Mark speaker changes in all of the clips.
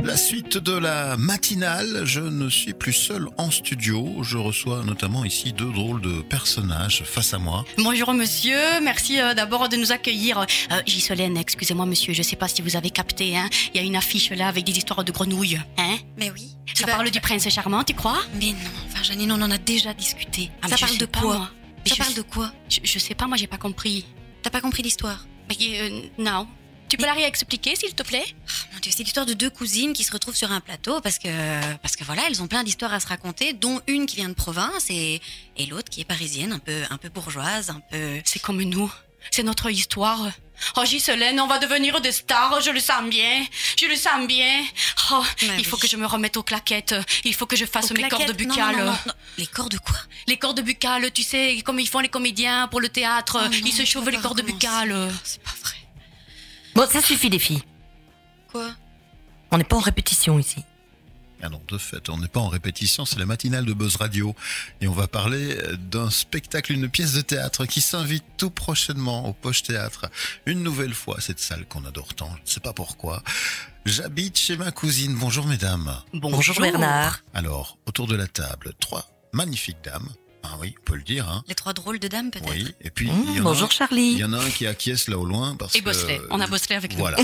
Speaker 1: de la matinale, je ne suis plus seul en studio. Je reçois notamment ici deux drôles de personnages face à moi.
Speaker 2: Bonjour monsieur, merci euh, d'abord de nous accueillir. Euh, Giseline, excusez-moi monsieur, je sais pas si vous avez capté, hein, il y a une affiche là avec des histoires de grenouilles. Hein
Speaker 3: Mais oui.
Speaker 2: Ça
Speaker 3: Tu vas-
Speaker 2: parle du prince charmant, tu crois
Speaker 3: Mais non, enfin Janine, on en a déjà discuté.
Speaker 2: Ah, mais
Speaker 3: ça
Speaker 2: je
Speaker 3: parle
Speaker 2: sais
Speaker 3: de
Speaker 2: pas,
Speaker 3: quoi
Speaker 2: moi. Mais
Speaker 3: Ça
Speaker 2: je
Speaker 3: parle
Speaker 2: sais-
Speaker 3: de quoi
Speaker 2: je, je sais pas, moi j'ai pas compris.
Speaker 3: T'as pas compris l'histoire
Speaker 2: Mais, euh, non. Tu peux la réexpliquer s'il te plaît
Speaker 3: Oh mon Dieu, C'est l'histoire de deux cousines qui se retrouvent sur un plateau parce que parce que voilà, elles ont plein d'histoires à se raconter, dont une qui vient de province et, et l'autre qui est parisienne, un peu un peu bourgeoise, un peu.
Speaker 2: C'est comme nous, c'est notre histoire. Oh Giseline, on va devenir des stars, je le sens bien, je le sens bien. Oh,
Speaker 3: Bah, Mais
Speaker 2: il faut
Speaker 3: oui.
Speaker 2: que je me remette aux claquettes, il faut que je fasse
Speaker 3: Aux
Speaker 2: mes cordes
Speaker 3: claquettes. Non,
Speaker 2: buccales.
Speaker 3: non, non, non, non. Les cordes quoi
Speaker 2: Les cordes buccales, tu sais, comme ils font les comédiens pour le théâtre,
Speaker 3: Oh non,
Speaker 2: ils se
Speaker 3: je
Speaker 2: chauffent
Speaker 3: peux
Speaker 2: les
Speaker 3: pas
Speaker 2: cordes
Speaker 3: recommencer. Oh,
Speaker 2: buccales.
Speaker 3: C'est pas vrai.
Speaker 4: Bon, ça suffit les filles.
Speaker 3: Quoi
Speaker 4: On n'est pas en répétition ici.
Speaker 1: Ah non, de fait, on n'est pas en répétition, c'est la matinale de Buzz Radio. Et on va parler d'un spectacle, une pièce de théâtre qui s'invite tout prochainement au Poche Théâtre. Une nouvelle fois, cette salle qu'on adore tant, je ne sais pas pourquoi. J'habite chez ma cousine. Bonjour mesdames.
Speaker 4: Bonjour, Bernard.
Speaker 1: Alors, autour de la table, trois magnifiques dames. Ah oui, on peut le dire, hein.
Speaker 3: Les trois drôles de dames peut-être.
Speaker 1: Oui, et puis
Speaker 4: Mmh,
Speaker 1: il y en a
Speaker 4: bonjour
Speaker 1: un- Il y
Speaker 4: Charlie.
Speaker 1: en a un qui acquiesce là au loin parce
Speaker 2: Et
Speaker 1: que-
Speaker 2: Bosley,
Speaker 3: Euh,
Speaker 2: on a Bosley avec nous.
Speaker 1: Voilà.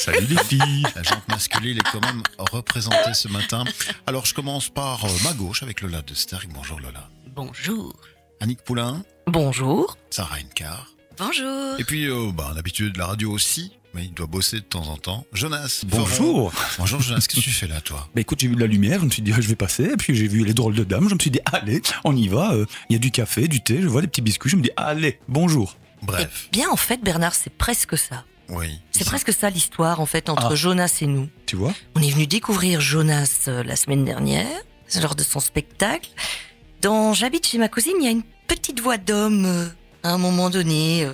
Speaker 1: Salut les filles. La jante masculine est quand même représentée ce matin. Alors je commence par euh, ma gauche avec Lola de Sterk. Bonjour Lola.
Speaker 4: Bonjour.
Speaker 1: Annick Poulain,
Speaker 4: Bonjour.
Speaker 1: Sarah Encar.
Speaker 3: Bonjour.
Speaker 1: Et puis, euh, bah, un habitué de la radio aussi, mais il doit bosser de temps en temps. Jonas. Ferron.
Speaker 5: Bonjour.
Speaker 1: Bonjour Jonas, qu'est-ce que tu fais là toi
Speaker 5: Bah écoute, j'ai vu de la lumière, je me suis dit ah, je vais passer, et puis j'ai vu les drôles de dames, je me suis dit allez, on y va. euh, Il y a du café, du thé, je vois des petits biscuits, je me dis allez, bonjour.
Speaker 1: Bref,
Speaker 4: Bien en fait Bernard, c'est presque ça.
Speaker 1: oui.
Speaker 4: C'est presque ça l'histoire en fait entre
Speaker 5: Ah.
Speaker 4: Jonas et nous.
Speaker 5: Tu vois
Speaker 4: On est venu découvrir Jonas euh, la semaine dernière lors de son spectacle. Dans J'habite chez ma cousine, il y a une petite voix d'homme euh, à un moment donné. euh.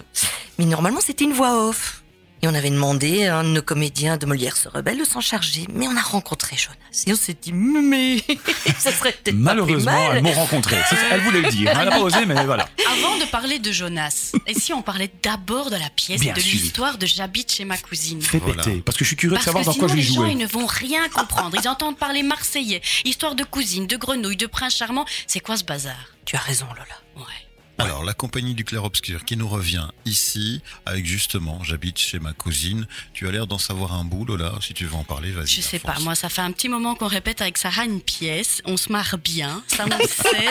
Speaker 4: Mais normalement, c'était une voix off. Et on avait demandé à un de nos comédiens de Molière se rebelle de s'en charger. Mais on a rencontré Jonas. Et on s'est dit, mais ça serait peut-être
Speaker 5: Malheureusement,
Speaker 4: pas plus mal.
Speaker 5: elles m'ont rencontré. C'est ça, Elle voulait le dire, hein, elle n'a pas osé, mais voilà.
Speaker 2: Avant de parler de Jonas, et si on parlait d'abord de la pièce,
Speaker 5: Bien
Speaker 2: de
Speaker 5: sûr.
Speaker 2: l'histoire de J'habite chez ma cousine
Speaker 5: Fais
Speaker 1: Voilà.
Speaker 5: péter, parce que je suis curieux
Speaker 2: parce
Speaker 5: de savoir
Speaker 2: que
Speaker 5: dans
Speaker 2: sinon,
Speaker 5: quoi je
Speaker 2: les
Speaker 5: vais
Speaker 2: gens,
Speaker 5: jouer.
Speaker 2: ils ne vont rien comprendre. Ils entendent parler marseillais, histoire de cousine, de grenouille, de prince charmant. C'est quoi ce bazar
Speaker 4: Tu as raison, Lola.
Speaker 2: Ouais.
Speaker 1: Alors, la compagnie du clair-obscur qui nous revient ici, avec justement, j'habite chez ma cousine. Tu as l'air d'en savoir un bout, Lola. Si tu veux en parler, vas-y.
Speaker 2: Je sais pas,
Speaker 1: avance.
Speaker 2: moi, ça fait un petit moment qu'on répète avec Sarah une pièce. On se marre bien, ça on le sait.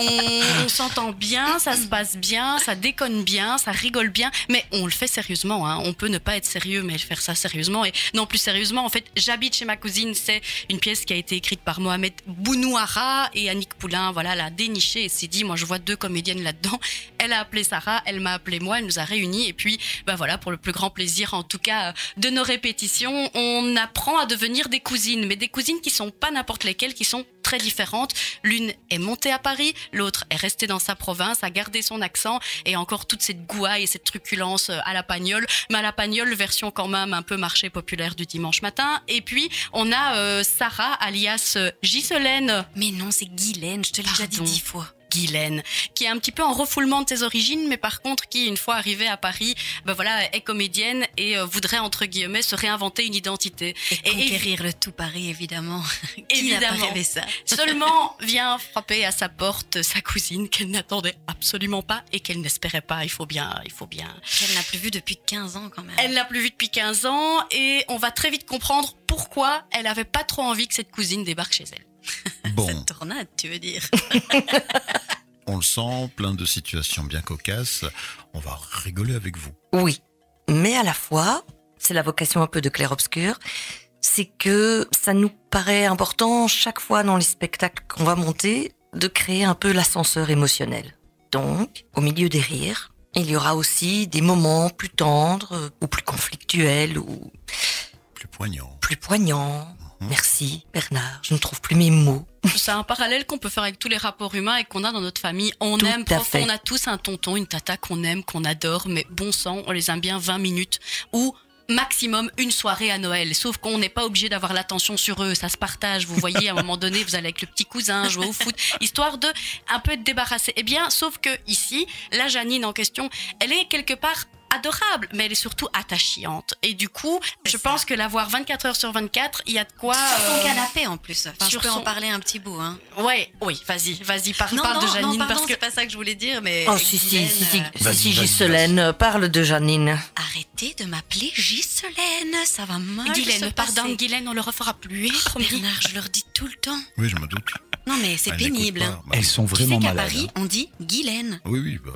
Speaker 2: On, on s'entend bien, ça se passe bien, ça déconne bien, ça rigole bien. Mais on le fait sérieusement. hein. On peut ne pas être sérieux, mais faire ça sérieusement. Et non plus sérieusement, en fait, j'habite chez ma cousine. C'est une pièce qui a été écrite par Mohamed Bounouara et Annick Poulain. Voilà, l'a dénichée et s'est dit, moi, je vois deux comédiennes là-dedans. Elle a appelé Sarah, elle m'a appelé moi, elle nous a réunis. Et puis, bah voilà, pour le plus grand plaisir, en tout cas, euh, de nos répétitions, on apprend à devenir des cousines, mais des cousines qui sont pas n'importe lesquelles, qui sont très différentes. L'une est montée à Paris, l'autre est restée dans sa province, a gardé son accent et encore toute cette gouaille et cette truculence euh, à la pagnole, mais à la pagnole version quand même un peu marché populaire du dimanche matin. Et puis, on a euh, Sarah, alias euh, Giselaine,
Speaker 3: Mais non, c'est Guylaine, je te l'ai déjà dit
Speaker 2: Pardon.
Speaker 3: dix fois.
Speaker 2: Guylaine, qui est un petit peu en refoulement de ses origines, mais par contre qui, une fois arrivée à Paris, ben voilà, est comédienne et euh, voudrait entre guillemets se réinventer une identité.
Speaker 3: Et,
Speaker 2: Et-
Speaker 3: conquérir le tout Paris, évidemment. Qui n'a pas
Speaker 2: Évidemment.
Speaker 3: rêvé ça
Speaker 2: Seulement vient frapper à sa porte sa cousine qu'elle n'attendait absolument pas et qu'elle n'espérait pas. Il faut bien, il faut bien.
Speaker 3: Qu'elle n'a plus vu depuis 15 ans, quand même.
Speaker 2: Elle l'a plus vue depuis 15 ans et on va très vite comprendre pourquoi elle avait pas trop envie que cette cousine débarque chez elle.
Speaker 1: Bon,
Speaker 3: Cette tornade, tu veux dire
Speaker 1: on le sent, plein de situations bien cocasses. On va rigoler avec vous.
Speaker 4: Oui, mais à la fois, c'est la vocation un peu de clair-obscur, c'est que ça nous paraît important chaque fois dans les spectacles qu'on va monter de créer un peu l'ascenseur émotionnel. Donc, au milieu des rires, il y aura aussi des moments plus tendres euh, ou plus conflictuels ou
Speaker 1: Plus poignant.
Speaker 4: plus poignants.
Speaker 1: Mhm.
Speaker 4: Merci Bernard, je ne trouve plus mes mots.
Speaker 2: C'est un parallèle qu'on peut faire avec tous les rapports humains et qu'on a dans notre famille. On
Speaker 4: Tout
Speaker 2: aime
Speaker 4: à
Speaker 2: profond,
Speaker 4: fait.
Speaker 2: on a tous un tonton, une tata qu'on aime, qu'on adore, mais bon sang, on les aime bien 20 minutes ou maximum une soirée à Noël. Sauf qu'on n'est pas obligé d'avoir l'attention sur eux, ça se partage. Vous voyez, à un moment donné, vous allez avec le petit cousin jouer au foot, histoire de un peu être débarrassé. Eh bien, sauf que ici, la Janine en question, elle est quelque part adorable, mais elle est surtout attachante. Et du coup,
Speaker 3: C'est
Speaker 2: je
Speaker 3: ça.
Speaker 2: pense que l'avoir 24 heures sur 24, il y a de quoi.
Speaker 3: Sur
Speaker 2: euh,
Speaker 3: son canapé en plus. Enfin, je
Speaker 2: sur
Speaker 3: peux en
Speaker 2: son-
Speaker 3: parler un petit bout. Hein.
Speaker 2: Ouais, oui, vas-y, vas-y, parle,
Speaker 3: Non,
Speaker 2: parle
Speaker 3: non,
Speaker 2: de Janine
Speaker 3: non, pardon,
Speaker 2: parce que.
Speaker 3: c'est pas ça que je voulais dire, mais.
Speaker 4: Oh, si, si,
Speaker 3: Guylaine,
Speaker 4: si, si,
Speaker 3: euh,
Speaker 4: si,
Speaker 5: Vas-y,
Speaker 4: si,
Speaker 5: vas-y,
Speaker 4: Ghislaine, euh, parle de Janine.
Speaker 3: Arrêtez de m'appeler Ghislaine, ça va mal. se
Speaker 2: Guylaine, pardon,
Speaker 3: passer.
Speaker 2: Guylaine, on le refera plus.
Speaker 3: Oh,
Speaker 2: promis.
Speaker 3: Bernard, je leur dis tout le temps.
Speaker 1: Oui, je me doute.
Speaker 3: Non, mais c'est
Speaker 5: Ah,
Speaker 1: Elle n'écoute
Speaker 3: pénible.
Speaker 1: pas.
Speaker 3: hein.
Speaker 1: Bah,
Speaker 5: Elles sont
Speaker 3: Tu sais
Speaker 5: vraiment
Speaker 3: qu'à
Speaker 5: malades.
Speaker 3: Paris,
Speaker 5: hein.
Speaker 3: on dit Guylaine.
Speaker 1: Oui, oui. Bah,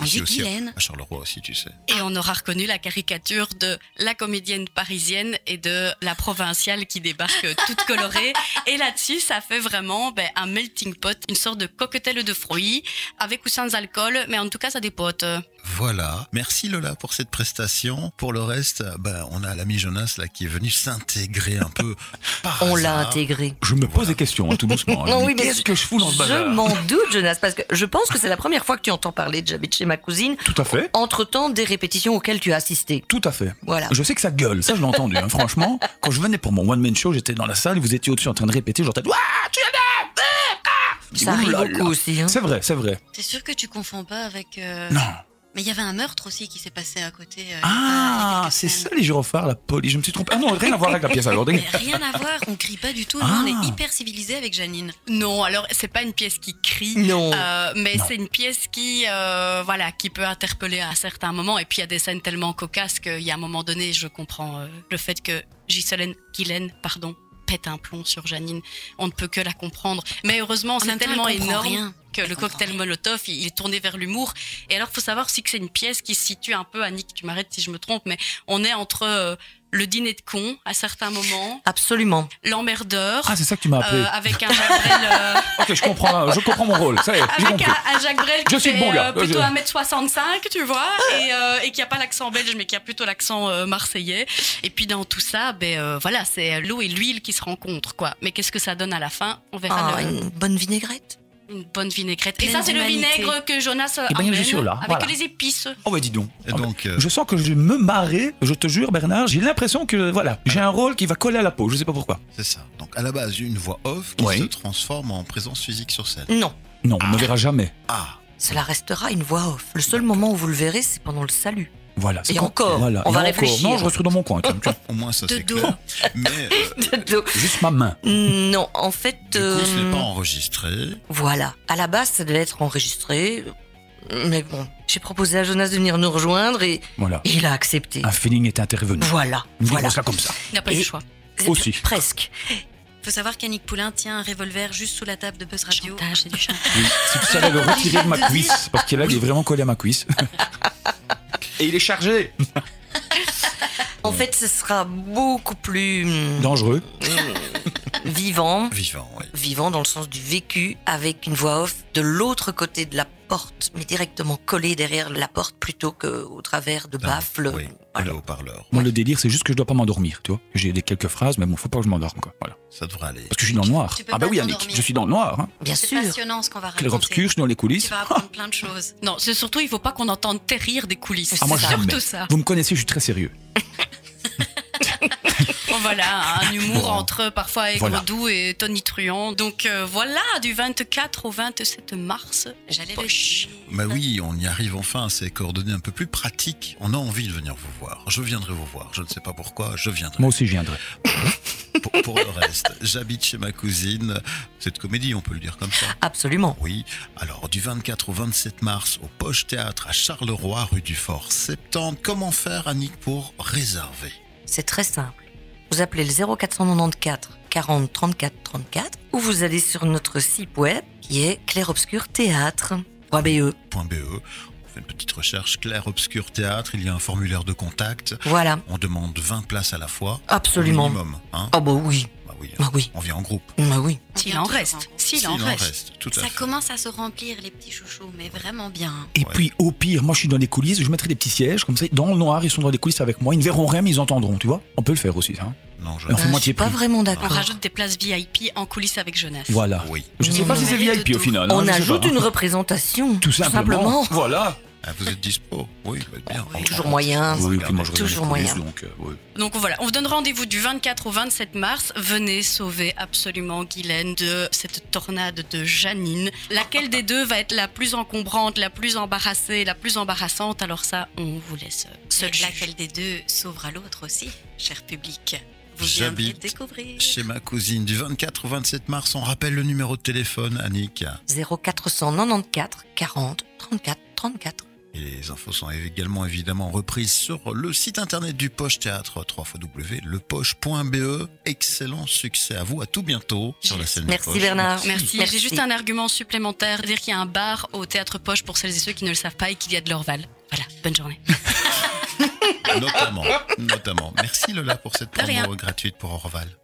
Speaker 3: On
Speaker 1: ici
Speaker 3: dit
Speaker 1: aussi,
Speaker 3: Guylaine.
Speaker 1: à Charleroi aussi, tu sais.
Speaker 2: Et on aura reconnu la caricature de la comédienne parisienne et de la provinciale qui débarque toute colorée. Et là-dessus, ça fait vraiment ben, un melting pot, une sorte de cocktail de fruits, avec ou sans alcool, mais en tout cas, ça dépote.
Speaker 1: Voilà. Merci Lola pour cette prestation. Pour le reste, bah, on a l'ami Jonas là qui est venu s'intégrer un peu par
Speaker 4: On l'a
Speaker 5: hein.
Speaker 1: hasard.
Speaker 4: intégré.
Speaker 5: Je me pose des questions, hein, tout
Speaker 4: Non,
Speaker 5: doucement. Je me
Speaker 4: Oh oui,
Speaker 5: dis,
Speaker 4: mais
Speaker 5: Qu'est-ce que je fous dans ce bazar
Speaker 4: Je m'en doute, Jonas, parce que je pense que c'est la première fois que tu entends parler de Jabit chez ma cousine,
Speaker 5: Tout à fait.
Speaker 4: entre-temps des répétitions auxquelles tu as assisté.
Speaker 5: Tout à fait.
Speaker 4: Voilà.
Speaker 5: Je sais que ça gueule, ça je l'ai entendu. hein. Franchement, quand je venais pour mon one-man show, j'étais dans la salle, vous étiez au-dessus en train de répéter, j'entendais Ouah, tu es là Ah Je dis,
Speaker 4: Ça arrive
Speaker 5: Ouh là là.
Speaker 4: beaucoup aussi. hein.
Speaker 5: C'est vrai, c'est vrai.
Speaker 3: T'es sûr que tu confonds pas avec. euh,
Speaker 5: Non.
Speaker 3: Mais il y avait un meurtre aussi qui s'est passé à côté. euh, il y a pas- il y
Speaker 5: Ah,
Speaker 3: a quelques
Speaker 5: c'est ça
Speaker 3: semaines.
Speaker 5: les gyrophares, la police. Je me suis trompé. Ah non, rien à voir avec la pièce alors.
Speaker 3: Mais rien à voir, on crie pas du tout. Nous,
Speaker 5: Ah.
Speaker 3: on est hyper civilisés avec Janine.
Speaker 2: Non, alors, c'est pas une pièce qui crie.
Speaker 4: Non.
Speaker 2: Euh, mais
Speaker 5: Non.
Speaker 2: c'est une pièce qui, euh, voilà, qui peut interpeller à certains moments. Et puis il y a des scènes tellement cocasses qu'il y a un moment donné, je comprends euh, le fait que Ghislaine, Guylaine, pardon, pète un plomb sur Janine. On ne peut que la comprendre. Mais heureusement,
Speaker 3: En
Speaker 2: c'est
Speaker 3: même temps, elle
Speaker 2: tellement
Speaker 3: comprend
Speaker 2: énorme
Speaker 3: rien.
Speaker 2: que
Speaker 3: Elle
Speaker 2: le
Speaker 3: comprend
Speaker 2: cocktail
Speaker 3: rien.
Speaker 2: Molotov, il il est tourné vers l'humour. Et alors, faut savoir aussi que c'est une pièce qui se situe un peu, Annick, tu m'arrêtes si je me trompe, mais on est entre euh, le dîner de con à certains moments,
Speaker 4: Absolument.
Speaker 2: l'emmerdeur.
Speaker 5: Ah, c'est ça que tu m'as appelé.
Speaker 2: euh, avec un Jacques Brel, euh,
Speaker 5: Ok, je comprends, hein, je comprends mon rôle. Ça y est, j'ai
Speaker 2: avec
Speaker 5: compris.
Speaker 2: un, un Jacques Brel
Speaker 5: Je
Speaker 2: qui
Speaker 5: suis le
Speaker 2: fait
Speaker 5: bon gars.
Speaker 2: euh, plutôt
Speaker 5: Je-
Speaker 2: 1m65, tu vois, et, euh, et qui a pas l'accent belge, mais qui a plutôt l'accent euh, marseillais. Et puis dans tout ça, ben euh, voilà, c'est l'eau et l'huile qui se rencontrent, quoi. Mais qu'est-ce que ça donne à la fin On verra
Speaker 4: Ah,
Speaker 2: le-
Speaker 4: une bonne vinaigrette.
Speaker 2: une bonne vinaigrette. et
Speaker 3: Pleine
Speaker 2: ça, c'est le
Speaker 3: d'humanité.
Speaker 2: vinaigre que Jonas euh,
Speaker 5: Eh ben, je
Speaker 2: amène
Speaker 5: suis là,
Speaker 2: avec
Speaker 5: voilà.
Speaker 2: les épices.
Speaker 5: Oh, ouais, dis donc.
Speaker 1: Et
Speaker 5: Ah,
Speaker 1: donc, euh,
Speaker 5: Je sens que je vais me marrer, je te jure Bernard, j'ai l'impression que voilà, j'ai un rôle qui va coller à la peau, je sais pas pourquoi.
Speaker 1: c'est ça. Donc, à la base, une voix off qui
Speaker 5: Oui.
Speaker 1: se transforme en présence physique sur scène.
Speaker 4: Non,
Speaker 5: Non, on ne verra jamais.
Speaker 1: Ah,
Speaker 4: cela restera une voix off. Le seul moment où vous le verrez, c'est pendant le salut.
Speaker 5: Voilà. c'est
Speaker 4: Et
Speaker 5: quand-
Speaker 4: encore, on va réfléchir.
Speaker 5: Non, je reste dans mon coin, tiens, tiens.
Speaker 1: au moins ça
Speaker 3: De
Speaker 1: c'est
Speaker 3: dos.
Speaker 1: clair. Mais euh,
Speaker 4: Donc,
Speaker 5: juste ma main.
Speaker 4: non, en fait,
Speaker 1: du coup, ce
Speaker 4: euh,
Speaker 1: n'est pas enregistré.
Speaker 4: voilà. À la base, ça devait être enregistré, mais bon, j'ai proposé à Jonas de venir nous rejoindre et,
Speaker 5: Voilà.
Speaker 4: et il a accepté.
Speaker 5: Un feeling est intervenu.
Speaker 4: Voilà,
Speaker 5: Nous
Speaker 4: voilà.
Speaker 5: dirons ça comme ça.
Speaker 2: Il n'a pas eu
Speaker 4: Et-
Speaker 2: le choix.
Speaker 5: Aussi.
Speaker 4: Presque.
Speaker 3: Faut savoir qu'Annick Poulain tient un revolver juste sous la table de Buzz Radio.
Speaker 2: Chantage, c'est du chantage.
Speaker 5: Oui, si tu savais le retirer de ma cuisse, parce qu'il a il est vraiment collé à ma cuisse. Et il est chargé.
Speaker 4: En fait, ce sera beaucoup plus hum,
Speaker 5: Dangereux.
Speaker 4: hum, vivant,
Speaker 1: Vivant, oui.
Speaker 4: vivant dans le sens du vécu, avec une voix off de l'autre côté de la porte, mais directement collée derrière la porte plutôt que au travers de baffles.
Speaker 1: Oui,
Speaker 4: Voilà.
Speaker 1: le haut-parleur.
Speaker 5: Moi, le délire, c'est juste que je dois pas m'endormir, tu vois. J'ai des quelques phrases, mais bon, faut pas que je m'endorme, quoi. Voilà.
Speaker 1: Ça devrait aller.
Speaker 5: Parce que je suis dans le noir.
Speaker 3: Tu peux
Speaker 5: Ah bah
Speaker 3: pas
Speaker 5: oui, Annick,
Speaker 3: t'endormir.
Speaker 5: je suis dans le noir. Hein.
Speaker 4: Bien
Speaker 3: C'est
Speaker 4: sûr.
Speaker 3: passionnant ce qu'on va
Speaker 5: Clair obscur,
Speaker 3: raconter.
Speaker 5: je suis dans les
Speaker 3: Tu
Speaker 5: coulisses.
Speaker 3: vas apprendre plein de choses.
Speaker 2: Non, c'est surtout, il faut pas qu'on entende terrir des coulisses.
Speaker 5: Ah, moi,
Speaker 2: c'est
Speaker 5: jamais.
Speaker 2: surtout ça.
Speaker 5: Vous me connaissez, je suis très sérieux.
Speaker 2: Bon, voilà, un humour entre euh, parfois
Speaker 5: Voilà.
Speaker 2: aigre-doux et tonitruant. Donc euh, voilà, du 24 au 27 mars.
Speaker 3: J'allais le
Speaker 2: Poche.
Speaker 3: dire.
Speaker 1: Bah oui, on y arrive enfin à ces coordonnées un peu plus pratiques. On a envie de venir vous voir. Je viendrai vous voir. Je ne sais pas pourquoi, je viendrai.
Speaker 5: Moi aussi, je viendrai.
Speaker 1: Pour, pour le reste, j'habite chez ma cousine. Cette comédie, on peut le dire comme ça.
Speaker 4: Absolument.
Speaker 1: Oui, alors du 24 au 27 mars au Poche Théâtre à Charleroi, rue du Fort 70. Comment faire, Annick, pour réserver
Speaker 4: C'est très simple. Vous appelez le 0494 40 34 34 ou vous allez sur notre site web qui est clairobscurthéâtre.be.
Speaker 1: Point .be. On fait une petite recherche Clair Obscur Théâtre. Il y a un formulaire de contact.
Speaker 4: Voilà,
Speaker 1: On demande 20 places à la fois.
Speaker 4: absolument.
Speaker 1: Au minimum, hein
Speaker 4: Oh bah oui,
Speaker 1: Bah oui,
Speaker 4: bah oui,
Speaker 1: on vient en groupe.
Speaker 4: bah oui.
Speaker 2: S'il en reste.
Speaker 3: hein.
Speaker 2: S'il en reste.
Speaker 1: tout à
Speaker 3: Ça
Speaker 1: fait.
Speaker 3: commence à se remplir, les petits chouchous, mais vraiment bien.
Speaker 5: Et
Speaker 1: Ouais.
Speaker 5: puis, au pire, moi, je suis dans les coulisses, je mettrai des petits sièges, comme ça, dans le noir, ils sont dans les coulisses avec moi. Ils ne verront rien, mais ils entendront, tu vois. On peut le faire aussi, hein.
Speaker 1: Non, je...
Speaker 5: On fait
Speaker 4: Euh, je
Speaker 5: moitié
Speaker 4: suis pas
Speaker 5: prix.
Speaker 4: vraiment
Speaker 2: On
Speaker 4: d'accord.
Speaker 2: rajoute des places VIP en coulisses avec jeunesse.
Speaker 5: Voilà.
Speaker 1: Oui.
Speaker 5: Je sais
Speaker 4: Mmh.
Speaker 5: pas si c'est
Speaker 3: Mérite de
Speaker 5: VIP au
Speaker 3: tout.
Speaker 5: final. hein,
Speaker 4: On
Speaker 5: je sais
Speaker 4: ajoute
Speaker 5: pas, hein.
Speaker 4: une représentation.
Speaker 5: Tout
Speaker 4: simplement.
Speaker 5: simplement. Voilà.
Speaker 1: Ah, vous êtes dispo Oui, bah, bien.
Speaker 2: Oui.
Speaker 4: Toujours moyen.
Speaker 5: Oui, puis moi, je
Speaker 4: Bah, Toujours
Speaker 5: regarde les
Speaker 4: moyen.
Speaker 5: coulisses, donc, euh, ouais.
Speaker 2: Donc voilà, on vous donne rendez-vous du 24 au 27 mars. Venez sauver absolument Guylaine de cette tornade de Janine. Laquelle des deux va être la plus encombrante, la plus embarrassée, la plus embarrassante Alors ça, on vous laisse euh,
Speaker 3: Seule
Speaker 2: seul juge.
Speaker 3: laquelle des deux sauvera l'autre aussi, cher public. Vous viendrez
Speaker 1: J'habite
Speaker 3: découvrir.
Speaker 1: Chez ma cousine, du 24 au 27 mars, on rappelle le numéro de téléphone, Annick.
Speaker 4: 0494 40 34 34.
Speaker 1: Et les infos sont également évidemment reprises sur le site internet du Poche Théâtre, www.lepoche.be. Excellent succès à vous, à tout bientôt sur la scène
Speaker 4: Merci
Speaker 1: du Poche.
Speaker 4: Bernard.
Speaker 2: Merci.
Speaker 4: Merci.
Speaker 2: J'ai juste un argument supplémentaire, dire qu'il y a un bar au théâtre Poche pour celles et ceux qui ne le savent pas et qu'il y a de l'Orval. Voilà, bonne journée.
Speaker 1: Notamment, notamment. Merci Lola pour cette
Speaker 2: De rien.
Speaker 1: promo gratuite pour Orval.